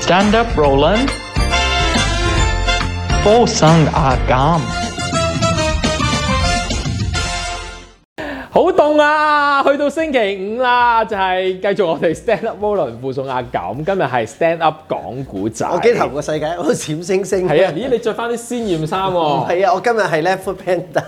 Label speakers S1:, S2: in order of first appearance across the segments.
S1: Stand up, Roland. Fo sung a gam.
S2: 好凍啊！去到星期五啦，就係、繼續我哋 Stand Up Roland 附送阿錦，今日係 Stand Up 講古仔。
S3: 我機頭個世界好閃星星。
S2: 係啊！咦，你着翻啲鮮豔衫喎，
S3: 係啊，我今日係 Left Foot Panda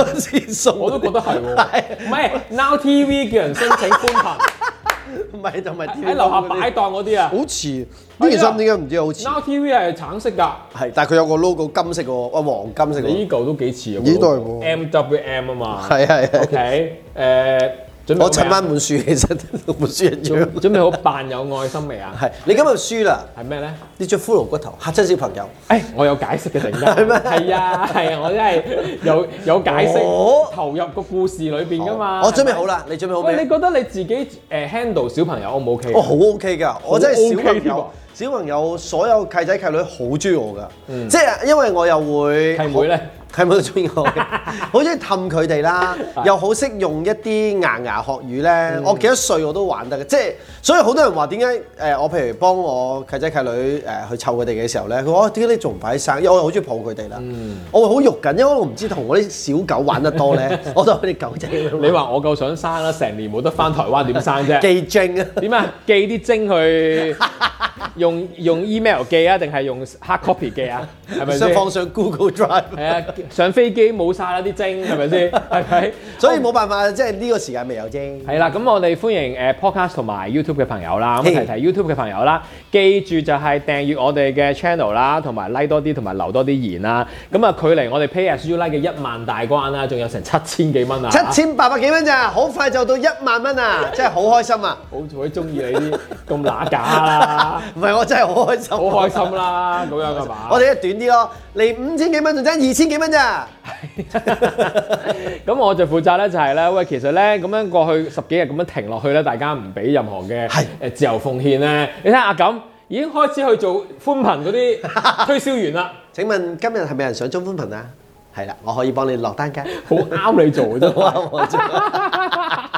S3: 嗰次送。
S2: 我都覺得係
S3: 係啊
S2: 喎。唔係 Now TV 叫人申請 寬頻，
S3: 唔係同埋
S2: 喺樓下擺檔嗰啲啊。
S3: 好似呢件衫點解唔知好似？
S2: Now TV 係橙色㗎，
S3: 係，但係佢有個 logo 金色嘅喎，啊黃金色
S2: 你
S3: 嘅
S2: 呢
S3: 喎。
S2: 嚿都幾似啊。
S3: 呢度係喎
S2: M W M 啊嘛。
S3: 係係係。
S2: OK，誒，準備
S3: 我襯
S2: 好
S3: 翻本書， 其實同本書一
S2: 未啊
S3: 樣。
S2: 準備好扮有愛心未啊？
S3: 係，你今日輸啦！
S2: 係咩咧？
S3: 你着骷髏骨頭嚇親小朋友。
S2: 誒，哎我有解釋嘅陣間，
S3: 係咩
S2: 係啊，係啊，我真係有有解釋，
S3: 哦
S2: 投入個故事裏邊噶嘛。
S3: 我準備好啦，你準備好
S2: 喂，
S3: 未
S2: 你？覺得你自己誒 handle 小朋友 O 唔 OK？
S3: 我好 OK 㗎，我真係小
S2: OK
S3: 朋
S2: 添啊
S3: 友
S2: 喎，
S3: 小朋友所有契仔契女好中意我
S2: 嗯
S3: 㗎，即係因為我又會
S2: 契妹咧，
S3: 契妹都中意我 嘅，好中意氹佢哋啦，又好識用一啲牙牙學語
S2: 嗯
S3: 咧。我幾多歲我都玩得嘅，即係所以好多人話點解誒我譬如幫我契仔契女誒呃去湊佢哋嘅時候咧，佢話哦點解你仲唔快啲生？因為我又好中意抱佢哋啦，
S2: 嗯
S3: 我會好肉緊，因為我唔知同我啲小狗玩得多 咧，我當佢哋狗仔咁
S2: 你
S3: 樣
S2: 話我夠想生啦，成年冇得翻台灣點生啫？
S3: 記精啊！
S2: 點啊？寄啲精去 用用 email 寄啊，定係用 hard copy 寄啊？係咪
S3: 想
S2: 先？
S3: 放上 Google Drive。
S2: 係啊，上飛機冇晒啦啲精，係咪先？係咪？
S3: 所以冇辦法，即係呢個時間未有啫。
S2: 係啦，咁我哋歡迎誒 podcast 同埋 YouTube 嘅朋友啦，咁提
S3: 嘿
S2: 提 YouTube 嘅朋友啦，記住就係訂閱我哋嘅 channel 啦，同埋 like 多啲，同埋留多啲言啦。咁啊，距離我哋 pay as you like 嘅一萬大關啦，仲有成七千幾蚊啊！
S3: 七千八百幾蚊咋，好快就到一萬蚊啊！真係好開心啊！
S2: 好鬼中意你啲咁乸假啦，
S3: 唔係我真係好開心，
S2: 好開心啦，咁樣係嘛？
S3: 我哋一短啲咯，嚟五千幾蚊仲爭二千幾蚊咋？
S2: 咁我就負責咧就係咧，喂，其實咧咁樣過去十幾日咁樣停落去咧，大家唔俾任何嘅
S3: 係
S2: 誒自由奉獻咧，你睇下阿錦已經開始去做寬頻嗰 啲推銷員啦。
S3: 請問今日係咪有人上中寬頻啊？係啦，我可以幫你落單㗎。
S2: 好啱你做嘅 啫。
S3: 哇我真係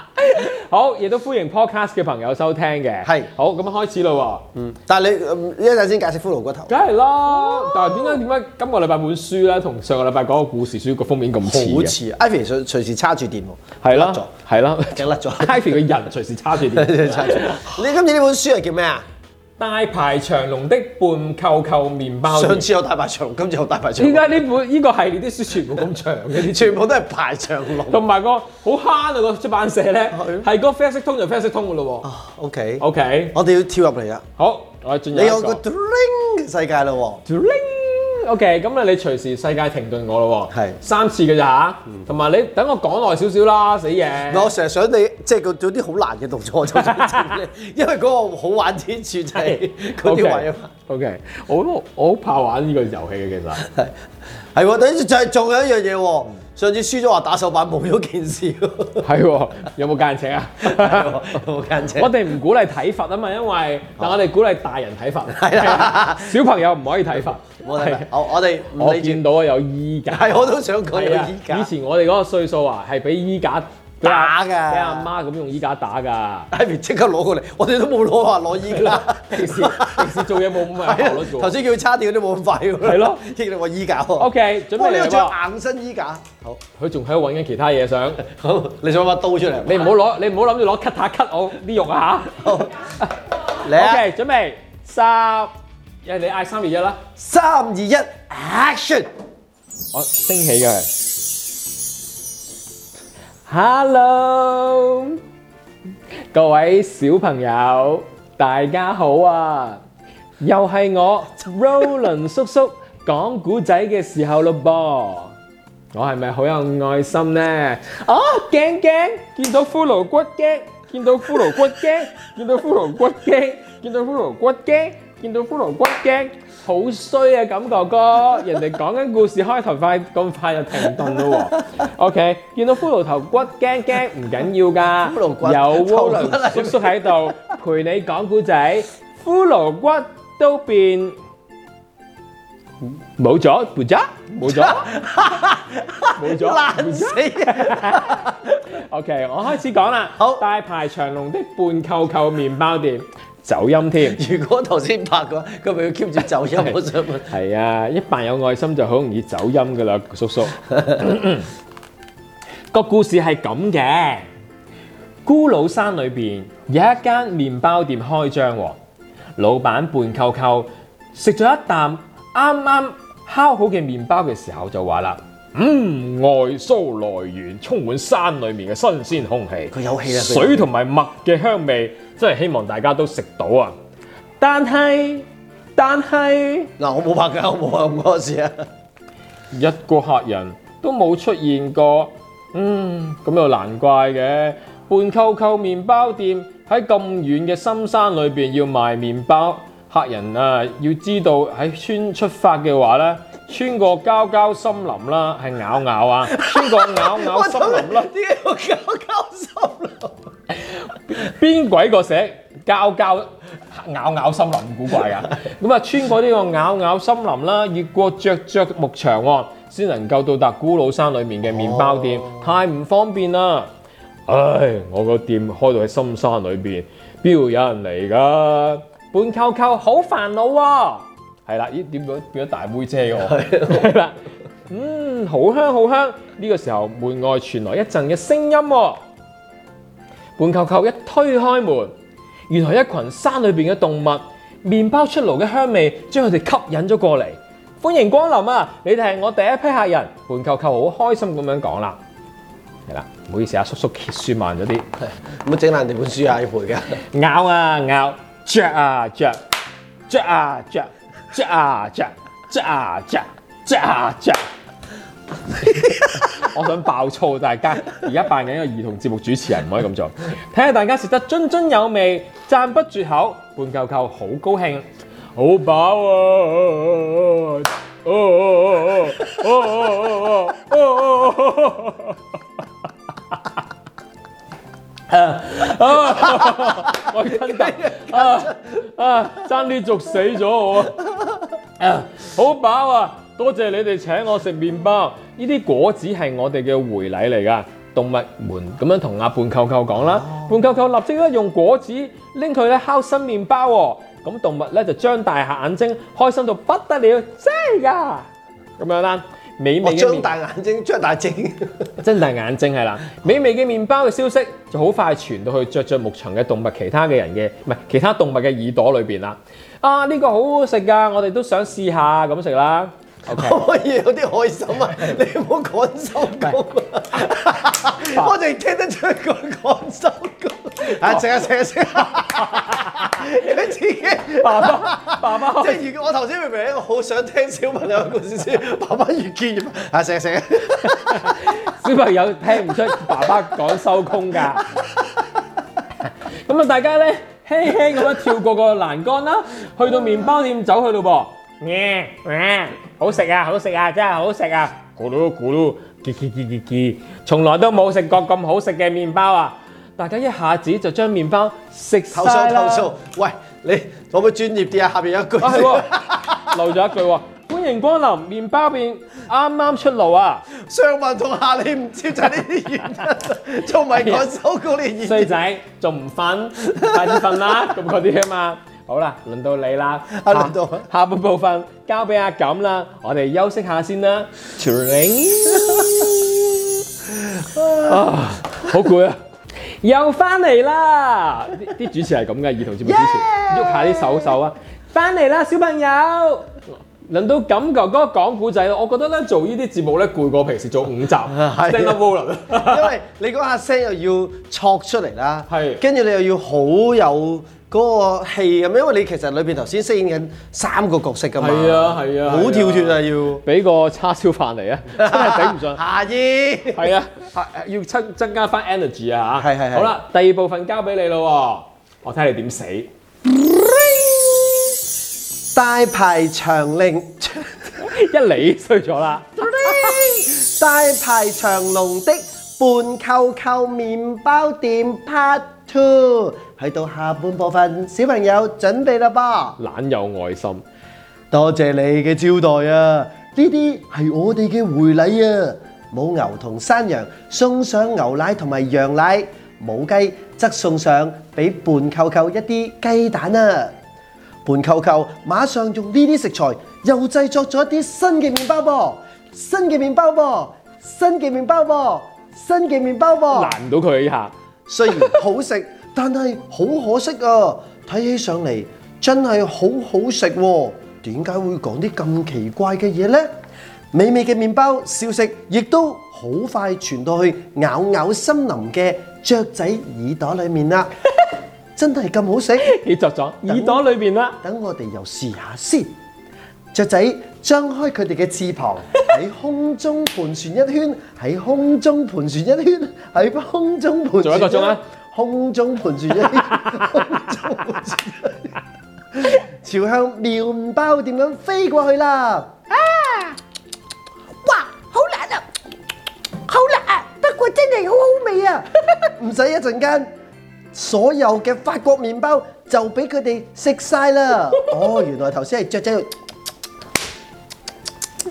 S2: 好，亦都歡迎 podcast 嘅朋友收聽嘅。
S3: 係
S2: 好，咁啊開始啦喎。
S3: 嗯但係你嗯一陣先解釋骷髏骨頭，
S2: 梗係啦，但係點解點解今個禮拜本書咧同上個禮拜嗰個故事書個封面咁似
S3: 好
S2: 嘅？
S3: 似啊 Ivy 隨隨時叉住電喎，
S2: 係啦
S3: 甩咗，
S2: 係啦。
S3: 頸甩咗。
S2: Ivy 嘅人隨時叉住
S3: 叉住
S2: 電。
S3: 你今次呢本書係叫咩啊？
S2: 大排長龍的半扣扣麵包店。
S3: 上次有大排長龍，今次有大排長
S2: 點
S3: 龍，
S2: 解呢本呢個系列啲書全部咁長嘅 啲書？
S3: 全部都係排長龍。
S2: 同埋個好慳啊個出版社咧，
S3: 係啊
S2: 係個啡色通就啡色通嘅咯
S3: O K，
S2: 喎。OK，
S3: 我哋要跳入嚟啦。
S2: 好，我哋進入
S3: 你有
S2: 一
S3: 個
S2: 個
S3: dring 嘅世界咯
S2: OK，咁啊，你隨時世界停頓我咯喎，
S3: 係嗯
S2: 三次嘅咋嚇，同埋你等我講耐少少啦，死嘢
S3: 喎！。我成日想你即係佢做啲好難嘅動作，我就想整 你，因為嗰個好玩之處就係嗰啲位啊嘛。
S2: O K，我都我好怕玩呢個遊戲嘅，其 實
S3: 係係喎，等於就係仲有一樣嘢喎。上次輸咗話打手板冇咗件事 喎，
S2: 係喎，有冇間尺啊？
S3: 好簡 直。
S2: 我哋唔鼓勵體罰啊嘛，因為但我哋鼓勵大人體罰，
S3: 係啊
S2: 小朋友唔可以體罰。
S3: 我
S2: 係
S3: 哋我我哋唔
S2: 我
S3: 理
S2: 見
S3: 住，
S2: 到啊有衣架，
S3: 係我都想講有
S2: 係啊
S3: 衣
S2: 以
S3: 架。
S2: 前我哋嗰個歲數啊，係俾衣架俾阿
S3: 打㗎
S2: 俾阿媽咁用衣架打㗎。
S3: Ivy 即刻攞過嚟，我哋都冇攞話攞衣架。
S2: 平時平時做嘢冇咁係效率嘅
S3: 啊頭
S2: 喎。
S3: 先叫佢叉掉都冇咁快喎。
S2: 係咯，啊
S3: 益你話衣架喎。
S2: O K，準
S3: 不過
S2: 備
S3: 呢個
S2: 嚟啦！
S3: 着硬身衣架。好，
S2: 佢仲喺度揾緊其他嘢 想，
S3: 好，你想把刀出嚟？啊
S2: 你唔好攞，你唔好諗住攞 cut 下 cut 我啲肉啊
S3: 好，
S2: 嚇。
S3: 嚟
S2: O
S3: 啊！
S2: K，準備三，誒你嗌三二一啦，
S3: 三二一，action！
S2: 我升起嘅佢。Hello，各位小朋友，大家好啊！又係我 Roland 叔叔講古仔嘅時候咯噃。我係咪好有愛心呢？哦，驚驚，見到骷髏骨驚，見到骷髏骨驚，見到骷髏骨驚，見到骷髏骨驚，見到骷髏骨驚，好衰啊！咁哥哥，人哋講緊故事開頭快咁快就停頓咯喎。OK，見到骷髏頭骨驚驚唔緊要㗎，
S3: 骷髏骨
S2: 有
S3: 頭骨
S2: Roland 叔叔喺度陪你講故仔，骷髏骨都變冇咗，冇咗，冇咗。冇咗。
S3: 爛死啊！
S2: OK，我開始講啦。
S3: 好
S2: 大排長龍的半扣扣麵包店，走音添。
S3: 如果頭先拍嘅話，佢咪要 keep 住走音？我想問，
S2: 係啊，一扮有愛心就好容易走音噶啦，叔叔。個故事係咁嘅，孤老山裏邊有一間麵包店開張喎，老闆半扣扣食咗一啖啱啱烤好嘅麵包嘅時候就話啦。嗯，外酥來源，充滿山裏面嘅新鮮空氣，
S3: 佢有氣啦佢有氣
S2: 水同埋麥嘅香味，真係希望大家都食到啊！但係，但係。
S3: 嗱，我冇拍㗎，我冇拍咁多事啊。
S2: 一個客人都冇出現過，嗯，咁又難怪嘅。半扣扣麵包店喺咁遠嘅深山裏邊要賣麵包，客人啊要知道喺村出發嘅話咧，穿過郊郊森林啦，係咬咬啊，穿過咬咬森林啦，
S3: 點解要搞搞心啦？
S2: 邊鬼個寫郊郊咬咬森林咁古怪啊？咁啊，穿過呢個咬咬森林啦，越過雀雀牧場喎，先能夠到達古老山裏面嘅麵包店，太唔方便啦！唉，我個店開到喺深山裏邊，邊度有人嚟㗎？半扣扣好煩惱喎、係啦，咦點變變咗大妹姐喎？係啦，嗯，好香好香！呢、個時候門外傳來一陣嘅聲音喎、半球球一推開門，原來一群山裏邊嘅動物，麵包出爐嘅香味將佢哋吸引咗過嚟。歡迎光臨啊！你哋係我第一批客人。半球球好開心咁樣講啦，係啦，唔好意思啊，叔叔揭書慢咗啲。
S3: 咁整爛你本書啊，要賠㗎。
S2: 咬啊咬，着啊着，着啊着，着啊着，着啊着，着啊着。 我想爆粗，大家而家扮緊一個兒童節目主持人，唔可以咁做。睇下大家食得津津有味，讚不絕口，半嚿嚿好高興，好飽啊！哦哦哦哦哦哦哦哦！我真得啊啊！爭啲續死咗我啊！好飽啊！多謝你哋請我食麵包，呢啲果子係我哋嘅回禮嚟㗎。動物們咁樣同阿半扣扣講啦，
S3: 哦
S2: 半扣扣立即咧用果子拎佢咧烤新麵包喎。咁動物咧就張大下眼睛，開心到不得了，真係㗎咁樣啦。美味
S3: 我
S2: 嘅麵
S3: 張大眼睛，張大睛。
S2: 睜大眼睛係啦，美味嘅麵包嘅消息就好快傳到去雀雀牧場嘅動物其他嘅人嘅唔係其他動物嘅耳朵裏邊啦。啊，呢、個好好食㗎，我哋都想試下咁食啦。OK，
S3: 可唔可以有啲開心啊？你唔好趕收工啊！ 我哋聽得出佢趕收工。啊，食啊食啊食啊！ 你自己
S2: 爸爸，爸爸
S3: 即係如果我頭先明明我好想聽小朋友嘅故事先，爸爸越見越啊食啊食啊！
S2: 小朋友聽唔出爸爸講收工㗎。咁啊，大家咧輕輕咁樣跳過個欄杆啦，去到麵包店走去咯噃。咩咩，好食啊，好食啊，真係好食啊！咕嚕咕嚕，結結結結結，從來都冇食過咁好食嘅麵包啊！大家一下子就將麵包食
S3: 投
S2: 晒
S3: 訴
S2: 啦。
S3: 投訴，喂，你可唔可以專業啲啊？下邊有一句
S2: 啊係
S3: 先
S2: 喎，漏咗一句喎。歡迎光臨，麵包店啱啱出爐啊！
S3: 上文同下理唔接就係呢啲原 因，仲唔係趕收工呢啲原
S2: 衰
S3: 因？
S2: 仔仲唔瞓，快啲瞓啦，咁嗰啲啊嘛。好啦，輪到你啦，下
S3: 啊輪到我
S2: 下半部分交俾阿錦啦，我哋休息下先啦。啊，好攰啊！又翻嚟啦，啲啲主持係咁嘅，兒童節目主持，喐下啲手手啊！翻嚟啦，小朋友。輪到錦哥哥講古仔啦，我覺得咧做呢啲節目咧攰過平時做五集 stand up roll 啦。
S3: 因為你嗰下聲又要錯出嚟啦，
S2: 係
S3: 跟住你又要好有嗰個戲咁，因為你其實裏邊頭先飾演緊三個角色㗎嘛，
S2: 係啊係啊，
S3: 好跳脱
S2: 係
S3: 啊要，
S2: 俾個叉燒飯 嚟啊，真係頂唔 順。
S3: 夏姨，
S2: 係啊，要增增加翻 energy 啊嚇。
S3: 係係係
S2: 好啦，第二部分交俾你咯喎，我睇你點 死。一
S3: 大排長令，
S2: 你衰咗啦，
S3: 大排長龍的半扣扣麵包店 Part Two，去到下半部分，小朋友準備啦噃。
S2: 懶有愛心。
S3: 多謝你嘅招待啊！呢啲係我哋嘅回禮啊！母牛同山羊送上牛奶同埋羊奶，冇雞則送上俾伴舅舅一啲雞蛋啊！伴舅舅馬上用呢啲食材又製作咗一啲新嘅麵包噃，新嘅麵包噃，新嘅麵包噃，新嘅麵包噃。
S2: 難唔到佢一下。
S3: 雖然好食，但係好可惜啊！睇起上嚟真係好好食喎，點解會講啲咁奇怪嘅嘢呢？美味嘅麵包小食亦都好快傳到去咬咬森林嘅雀仔耳朵裡面啦！真係咁好食，
S2: 你作咗耳朵裏邊啦，
S3: 等我哋又試下先。雀仔張開佢哋嘅 翅膀，喺空中盤旋一圈，喺空中盤旋一圈，喺空中盤旋
S2: 做一個鐘啊！
S3: 空中盤旋 一圈，空中盤旋一圈，朝向麵包店咁飛過去啦！
S4: 啊哇，好辣啊！好辣啊！不過真係好好味啊！
S3: 唔使一陣間，所有嘅法國麵包就俾佢哋食晒啦！哦，原來頭先係雀仔喺度。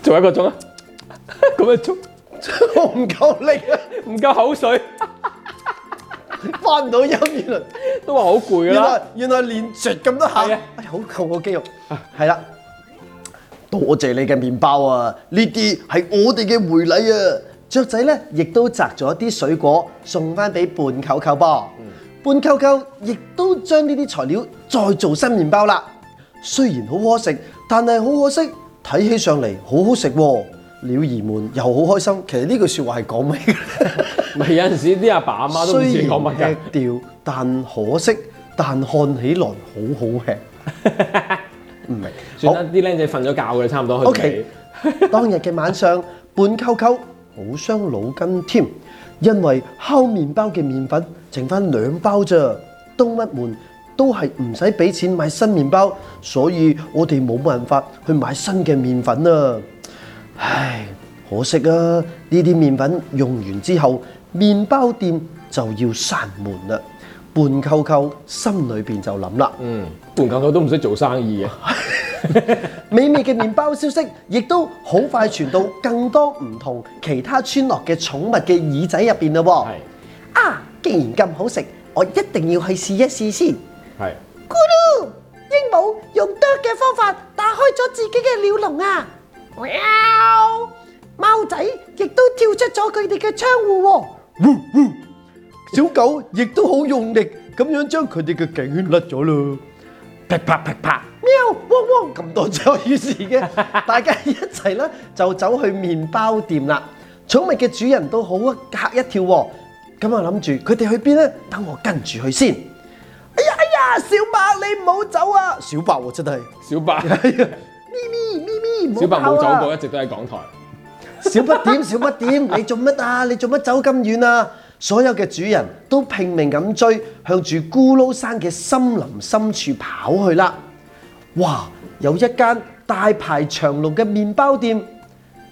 S2: 做一個鐘啊， 咁樣做
S3: 我唔夠力啊，
S2: 唔夠口水，
S3: 翻唔到音原來。
S2: 都話好攰㗎
S3: 原
S2: 啦
S3: 來。原來連絕咁多下，
S2: 係啊
S3: 哎呀好扣個肌肉。係啦，多謝你嘅麵包啊！呢啲係我哋嘅回禮啊！雀仔咧亦都摘咗啲水果送翻俾伴舅舅噃，伴舅舅亦都將呢啲材料再做新麵包啦。雖然好可食，但係好可惜，睇起上嚟好好食喎。鳥兒們又好開心。其實呢句説話係講咩嘅呢？
S2: 咪有陣時啲阿爸阿媽都唔知你講乜㗎
S3: 雖然。吃掉，但可惜，但看起來好好吃。唔明。
S2: 算啦，啲僆仔瞓咗覺嘅，差唔多去到
S3: OK，當日嘅晚上，半溝溝好傷腦筋添，因為烤麵包嘅麵粉剩翻兩包咋，動物們都係唔使俾錢買新麵包，所以我哋冇辦法去買新嘅麵粉啊。唉，可惜啊！呢啲麵粉用完之後，麵包店就要閂門啦。半舅舅心裏邊就諗啦。
S2: 嗯，半舅舅都唔識做生意嘅，
S3: 美味嘅麵包消息亦都好快傳到更多唔同其他村落嘅寵物嘅耳仔入邊嘞喎
S2: 係。
S3: 啊，既然咁好食，我一定要去試一試先。
S2: 係
S4: 咕嚕，鸚鵡用啄嘅方法打開咗自己嘅鳥籠啊！喵，貓仔亦都跳出咗佢哋嘅窗戶喎、
S3: 小狗亦都好用力咁樣將佢哋嘅頸圈甩咗啦，噼啪噼啪。
S4: 喵，汪汪！
S3: 咁多就於是 嘅，大家一齊咧就走去麵包店啦。寵物嘅主人都好啊嚇一跳喎，咁啊諗住佢哋去邊咧？等我跟住去先。哎呀哎呀，小白你唔好走啊！小白喎、真係，
S2: 小白，
S4: 咪咪咪咪，
S2: 小白冇啊
S3: 啊
S2: 走過，
S4: 過。
S2: 一直都喺港台。
S3: 小不點小不點，你做乜啊？你做乜走咁遠啊？所有嘅主人都拼命咁追，向住咕嚕山嘅森林深處跑去啦。哇！有一間大排長龍嘅麵包店，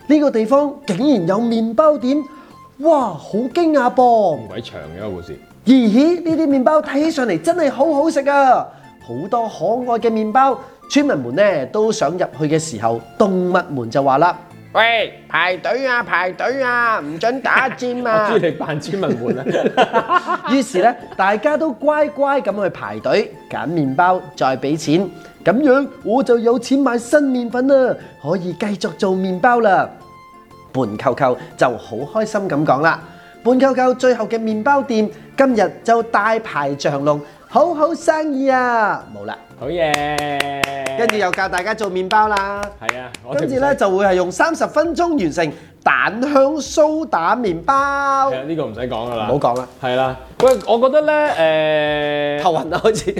S3: 呢、個地方竟然有麵包店，哇！好驚訝噃
S2: 咁。鬼長嘅個故事，
S3: 咦？呢啲麵包睇起上嚟真係好好食啊！好多可愛嘅麵包，村民們呢都想入去嘅時候，動物們就話啦：
S5: 喂，排隊啊，排隊啊，唔准打尖
S2: 我
S5: 啊！
S2: 知你扮村民們啊，
S3: 於是咧，大家都乖乖咁去排隊揀麵包，再俾錢，咁樣我就有錢買新麵粉啦，可以繼續做麵包啦。伴舅舅就好開心咁講啦，伴舅舅最後嘅麵包店今日就大排長龍，好好生意啊！冇啦，
S2: 好嘢。
S3: 跟住又教大家做麵包啦。
S2: 係啊，我
S3: 跟住咧就會係用三十分鐘完成蛋香蘇打麵包
S2: 係。啊，呢個唔使講噶啦，
S3: 唔好講啦，
S2: 係啦。喂，我覺得咧誒
S3: 頭暈啦，啊開始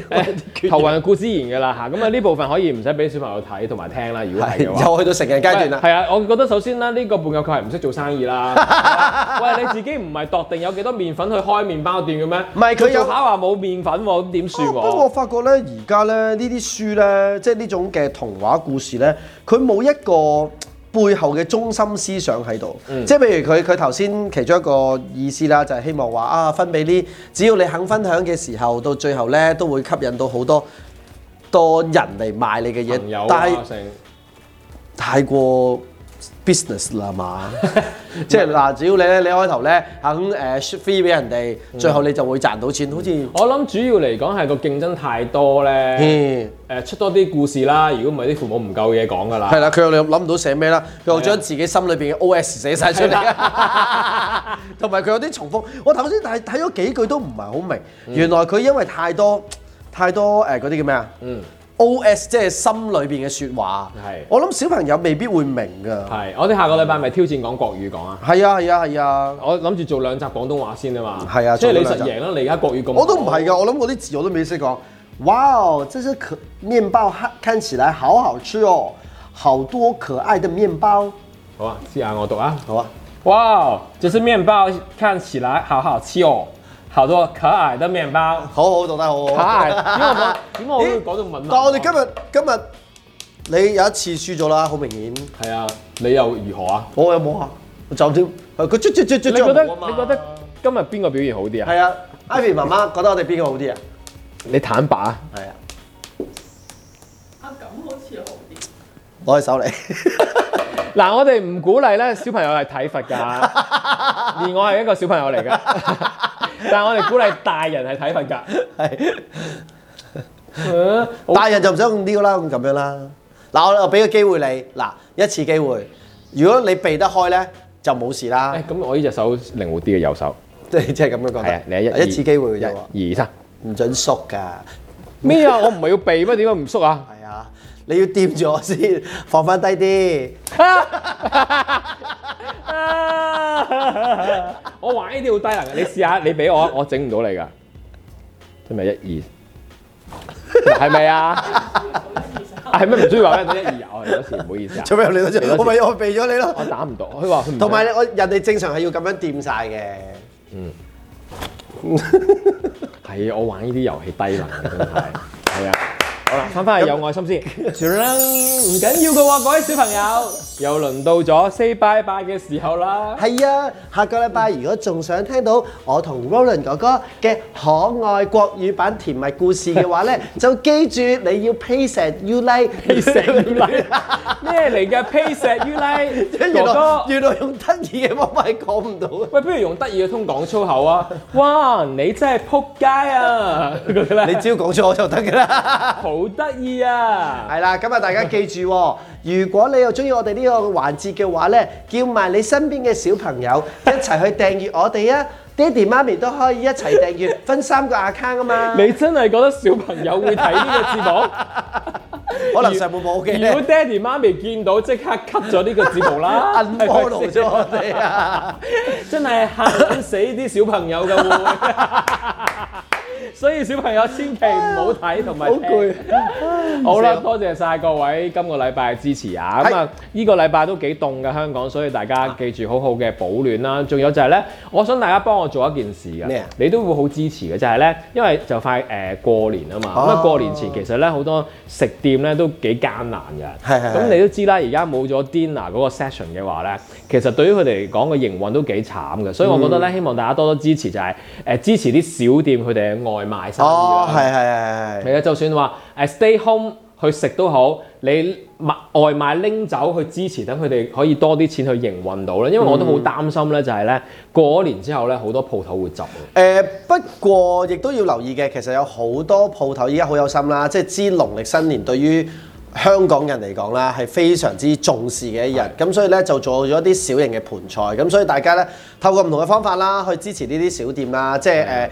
S2: 誒 頭暈係故之然㗎啦嚇，咁啊呢部分可以唔使俾小朋友睇同埋聽啦，如果係嘅話。
S3: 又去到成人階段啦。
S2: 係啊，我覺得首先啦，呢、個伴友佢係唔識做生意 啦。係啊喂，你自己唔係度定有幾多麵粉去開麵包店嘅咩？
S3: 唔係佢有
S2: 做下話冇麵粉喎，咁點算
S3: 不過
S2: 喎？
S3: 我發覺咧，而家咧呢啲書咧，即係呢種嘅童話故事咧，佢冇一個背後嘅中心思想喺度。即係譬如佢佢頭先其中一個意思啦，就係、希望話啊，分俾呢，只要你肯分享嘅時候，到最後咧都會吸引到好多多人嚟買你嘅啊
S2: 朋友啊
S3: 嘢。但係
S2: 啊，成
S3: 太過標 business 啦係 嘛，即係嗱，只要你咧，你開頭咧肯誒 free 俾人哋，最後你就會賺到錢，好似
S2: 我諗主要嚟講係個競爭太多咧，誒、
S3: 嗯
S2: 出多啲故事啦。如果唔係啲父母唔夠嘢講㗎啦
S3: 係。啦，佢又諗唔到寫咩啦，佢又將自己心裏邊嘅 OS 寫晒出嚟，同埋佢有啲重複。我頭先睇睇咗幾句都唔係好明，原來佢因為太多太多誒嗰啲叫咩啊？
S2: 嗯
S3: O.S. 即係心裏邊嘅説話
S2: 係，
S3: 我諗小朋友未必會明㗎。
S2: 係，我哋下個禮拜咪挑戰講國語講啊！
S3: 係啊係啊係啊！
S2: 我諗住做兩集廣東話先啊嘛，
S3: 係啊
S2: 即係你
S3: 做
S2: 實
S3: 兩集
S2: 贏啦！你而家國語咁好，
S3: 我都唔係㗎，我諗嗰啲字我都未識講。哇哦，這些可麵包看看起來好好吃哦，好多可愛的麵包。
S2: 好啊，試下我讀啊！
S3: 好啊，
S2: 哇，這是麵包，看起來好好吃哦，好多可愛的麵包。
S3: 好好讀得好好。
S2: 可愛，點解我講 點解我會講到文
S3: 啊
S2: 啊
S3: 但我哋今日今日你有一次輸咗啦，好明顯。
S2: 係啊，你又如何啊？
S3: 我有冇啊？我就添，佢捽捽捽捽
S2: 你覺得
S3: 冇啊嘛
S2: 你覺得今日邊個表現好啲啊？
S3: 係啊？Ivy 媽媽覺得我哋邊個好啲啊？
S2: 你坦白啊！
S3: 係啊。阿錦好似好啲。攞起手
S2: 嗱，我哋唔鼓勵咧小朋友係體 罰㗎，而我係一個小朋友嚟㗎。 但係我哋鼓勵大人係體罰㗎。
S3: 嚟， 係。
S2: 嗯好
S3: 大人就唔使咁撩啦，咁咁樣啦。嗱，我我俾個機會你，嗱一次機會，如果你避得開咧，就冇事啦。
S2: 誒咁我呢隻手靈活啲嘅右手，
S3: 即係 即係咁樣講。
S2: 係啊，你係
S3: 一次機會嘅啫喎，
S2: 一二三。
S3: 唔準縮㗎。
S2: 咩啊？我唔係要避咩？點解唔縮 啊？
S3: 係啊，你要掂住我先，放翻低啲。
S2: 我玩呢啲好低能嘅，你試下，你俾我，我整唔到你㗎。真係一二，係咪 啊？係咩唔中意話俾人聽一二啊？我有時唔好意思啊，
S3: 做咩你都做？我咪我避咗你
S2: 我
S3: 咯。
S2: 打唔到。佢話佢唔
S3: 同埋我人哋正常係要咁樣掂晒嘅。
S2: 係我玩呢啲遊戲低能嘅真係， 係啊。好啦，翻返去有愛心先。唔緊要嘅喎，各位小朋友，又輪到咗 say bye bye 嘅時候啦。
S3: 係啊，下個禮拜如果仲想聽到我同 Roland 哥哥嘅可愛國語版甜蜜故事嘅話 咧，就記住你要 pay 成 you like
S2: 披石於禮 咩嚟嘅？披石於 禮，
S3: 原
S2: 哥
S3: 來
S2: 哥。
S3: 原來用得意嘅方法係講唔到嘅。
S2: 喂，不如用得意嘅通講粗口啊！哇，你真係撲街啊！嗰啲
S3: 你
S2: 咧
S3: 只要講咗我就得㗎啦。
S2: 好得意啊！
S3: 係啦，咁啊大家記住喎，如果你又中意我哋呢個環節嘅話呢，叫埋你身邊嘅小朋友一齊去訂閱我哋啊！爹哋媽咪都可以一齊訂閱，分三個 account 啊嘛。
S2: 你真係覺得小朋友會睇呢個節 目？
S3: 可能上半部 OK
S2: 如果
S3: 咧
S2: 爹哋媽咪見到，即刻 cut 咗呢個節目 啦
S3: ，unfollow 咗我哋啊！
S2: 真係嚇死啲小朋友㗎喎！所以小朋友千祈唔好睇同埋好攰。好啦，多謝晒各位今個禮拜嘅支持啊！咁啊，呢個禮拜都幾凍嘅香港，所以大家
S3: 啊
S2: 記住好好嘅保暖啦。仲有就係咧，我想大家幫我做一件事
S3: 咩
S2: 嘅
S3: 啊，
S2: 你都會好支持嘅，就係咧，因為就快誒過年啊嘛，咁啊
S3: 哦
S2: 過年前其實咧好多食店咧都幾艱難嘅，
S3: 係係係
S2: 咁你都知啦，而家冇咗 dinner 嗰個 session 嘅話咧，其實對於佢哋嚟講個營運都幾慘嘅，所以我覺得
S3: 嗯
S2: 咧，希望大家多多支持就係、誒支持啲小店佢哋嘅外賣生意啊
S3: 哦，
S2: 啦。
S3: 係係係
S2: 係啊，就算話誒 stay home 去食都好，你買外賣拎走去支持，等佢哋可以多啲錢去營運到
S3: 嗯
S2: 咧。因為我都好擔心咧，就係咧過咗年之後咧，好多鋪頭會執。
S3: 誒，呃不過亦都要留意嘅，其實有好多鋪頭依家好有心啦，即係知農曆新年對於香港人嚟講啦，係非常之重視嘅一日，咁所以咧就做咗啲小型嘅盤菜，咁所以大家咧透過唔同嘅方法啦，去支持呢啲小店啦，即係呃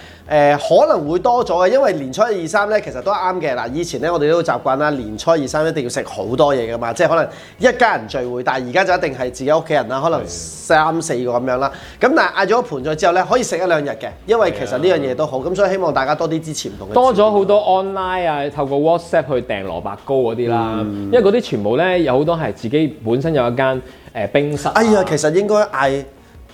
S3: 誒誒可能會多咗嘅，因為年初一二三咧其實都啱嘅嗱，以前咧我哋都習慣啦，年初二三一定要食好多嘢噶嘛，即係可能一家人聚會，但係而家就一定係自己屋企人啦，可能三四個咁樣啦，咁但係嗌咗盤菜之後咧，可以食一兩日嘅，因為其實呢樣嘢都好，咁所以希望大家多啲支持唔同嘅
S2: 啊多
S3: 小
S2: 咗
S3: 店
S2: 好多 online 啊，透過 WhatsApp 去訂蘿蔔糕嗰啲啦，
S3: 嗯
S2: 因為嗰啲全部咧有好多係自己本身有一間誒、呃冰室啊、
S3: 哎呀，其實應該嗌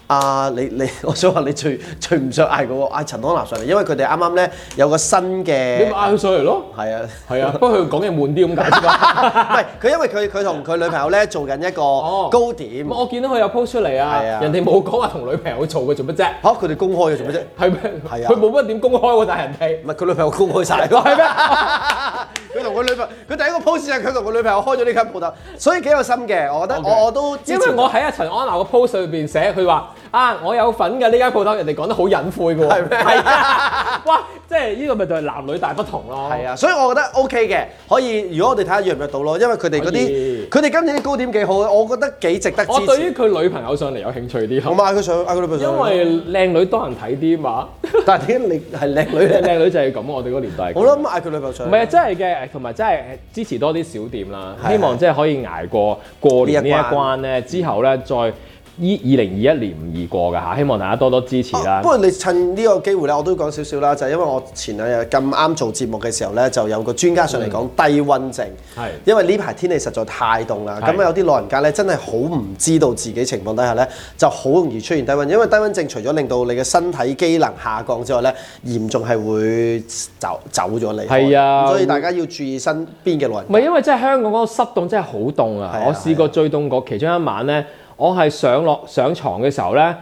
S3: 啊、你你， 我想話你最最唔想嗌嗰個嗌陳康立上嚟，因為佢哋啱啱咧有個新
S2: 你
S3: 嘅
S2: 咪嗌佢上嚟咯。
S3: 係啊。
S2: 係 啊，不過佢講嘢悶啲咁解啫嘛。
S3: 唔係佢，因為佢佢同佢女朋友咧做緊一個
S2: 哦
S3: 糕點，
S2: 咁我見到佢有 post 出嚟啊
S3: 係啊，
S2: 人哋冇講話同女朋友做嘅做乜啫？
S3: 嚇佢哋公開嘅做咩啫？
S2: 係咩？
S3: 係 啊
S2: 佢冇乜點公開喎，但係人哋
S3: 唔係佢女朋友公開晒，
S2: 係咩？
S3: 佢同佢女朋友，佢第一個 post 就係佢同佢女朋友開咗呢間鋪頭，所以幾有心嘅，我覺得
S2: OK
S3: 我我都支
S2: 因
S3: 持
S2: 為我喺阿陳安娜個 post 裏邊寫，佢話啊，我有份嘅呢間鋪頭，人哋講得好隱晦嘅喎。
S3: 係咩
S2: 係啊，哇！即係呢個咪就係男女大不同咯。
S3: 係啊，所以我覺得 OK 嘅，可以。如果我哋睇下約唔約到咯，因為佢哋嗰
S2: 可以
S3: 啲，佢哋今年啲高點幾好，我覺得幾值得支
S2: 我對於
S3: 持。
S2: 佢女朋友上嚟有興趣啲
S3: 我
S2: 咯，
S3: 嗌佢上，嗌佢女朋友上
S2: 因
S3: 嚟咯。
S2: 為靚女多人睇啲 嘛，
S3: 但係點解你係靚女咧？
S2: 靚女就係咁，我哋嗰個年代係咁。
S3: 好啦，咁嗌佢女朋友上
S2: 唔
S3: 嚟。
S2: 係啊，真係嘅，同埋真係支持多啲小店啦，
S3: 係啊
S2: 希望即係可以捱過過年呢一
S3: 呢一關
S2: 關咧，之後咧再依二零二一年唔易過㗎嚇，希望大家多多支持啦
S3: 啊不。過你趁呢個機會咧，我都講少少啦，就係、因為我前兩日咁啱做節目嘅時候咧，就有個專家上嚟講低温症，
S2: 嗯係
S3: 因為呢排天氣實在太凍啦，咁
S2: 係
S3: 有啲老人家咧真係好唔知道自己情況底下咧，就好容易出現低温，因為低温症除咗令到你嘅身體機能下降之外咧，嚴重係會走走咗你，
S2: 係啊
S3: 所以大家要注意身邊嘅老人
S2: 唔係因為真係香港嗰個濕凍真係好凍啊
S3: 係！啊
S2: 我試過最凍嗰其中一晚咧，我係上落上床嘅時候咧，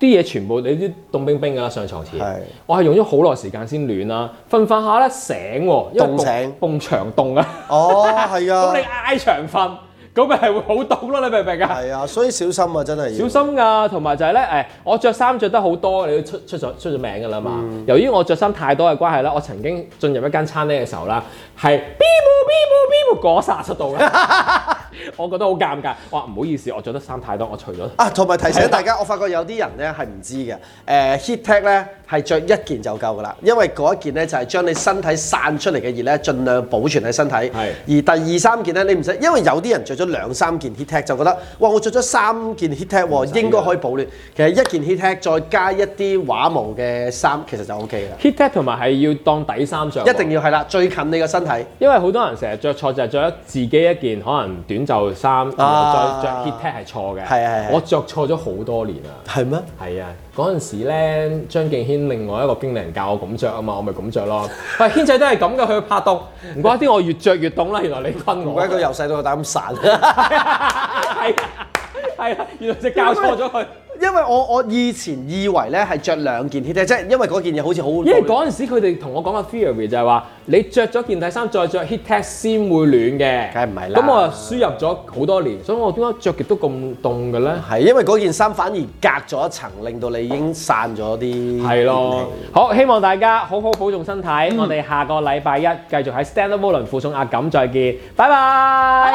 S2: 啲嘢全部你啲凍冰冰㗎啦，上床前
S3: 係，
S2: 我係用咗好耐時間先暖啦，瞓瞓下咧醒喎，因為
S3: 凍醒
S2: 埲牆凍啊，
S3: 哦，係
S2: 咁
S3: 啊
S2: 你，挨牆瞓，咁咪係會好凍咯，你明唔明啊？
S3: 係啊，所以小心啊，真係
S2: 小
S3: 要。
S2: 心㗎，同埋就係咧誒，我着衫着得好多，你都出出咗出咗名㗎啦嘛。
S3: 嗯
S2: 由於我着衫太多嘅關係啦，我曾經進入一間餐廳嘅時候啦，係 B 部 B 部 B 部嗰剎出到啦， 我覺得好尷尬。我話唔好意思，我着得衫太多，我除咗。
S3: 啊，同埋提醒大家，我發覺有啲人咧係唔知嘅。誒、heat tech 咧係着一件就夠噶啦，因為嗰一件咧就係、將你身體散出嚟嘅熱咧，盡量保存喺身體。
S2: 係
S3: 而第二三件咧，你唔使，因為有啲人着咗兩三件 heat tech 就覺得，哇！我着咗三件 heat tech 喎，應該可以保暖。其實一件 heat tech 再加一啲畫毛嘅衫，其實就 OK 啦。
S2: heat tag 同埋係要當底衫着，
S3: 一定要係啦，最近你個身體。
S2: 因為好多人成日着錯就係着自己一件可能短袖衫，然後再着 heat tag 係錯嘅。
S3: 啊係係係
S2: 我着錯咗好多年啊。
S3: 係咩？
S2: 係啊，嗰陣時咧，張敬軒另外一個經理人教我咁着啊嘛，我咪咁着咯。 喂，軒仔都係咁嘅，佢拍檔，唔怪啲我越着越凍啦。原來你坤
S3: 唔
S2: 我，
S3: 怪佢
S2: 係
S3: 由細到大咁散。
S2: 啊，係啊，原來就教錯咗佢。
S3: 因為我我以前以為咧係着兩件 heat tech，即係因為嗰件嘢好似好。
S2: 因為嗰陣時佢哋同我講嘅 theory 就係話，你着咗件底衫再着 heat tech 先會暖嘅，
S3: 梗係唔係啦
S2: 咁我就輸入咗好多年，所以我點解着極都咁凍嘅咧？
S3: 係，因為嗰件衫反而隔咗一層，令到你已經散咗啲。
S2: 係咯，嗯好希望大家好好保重身體。我哋下個禮拜一繼續喺 Stand Up Volun 附送阿錦再見，拜拜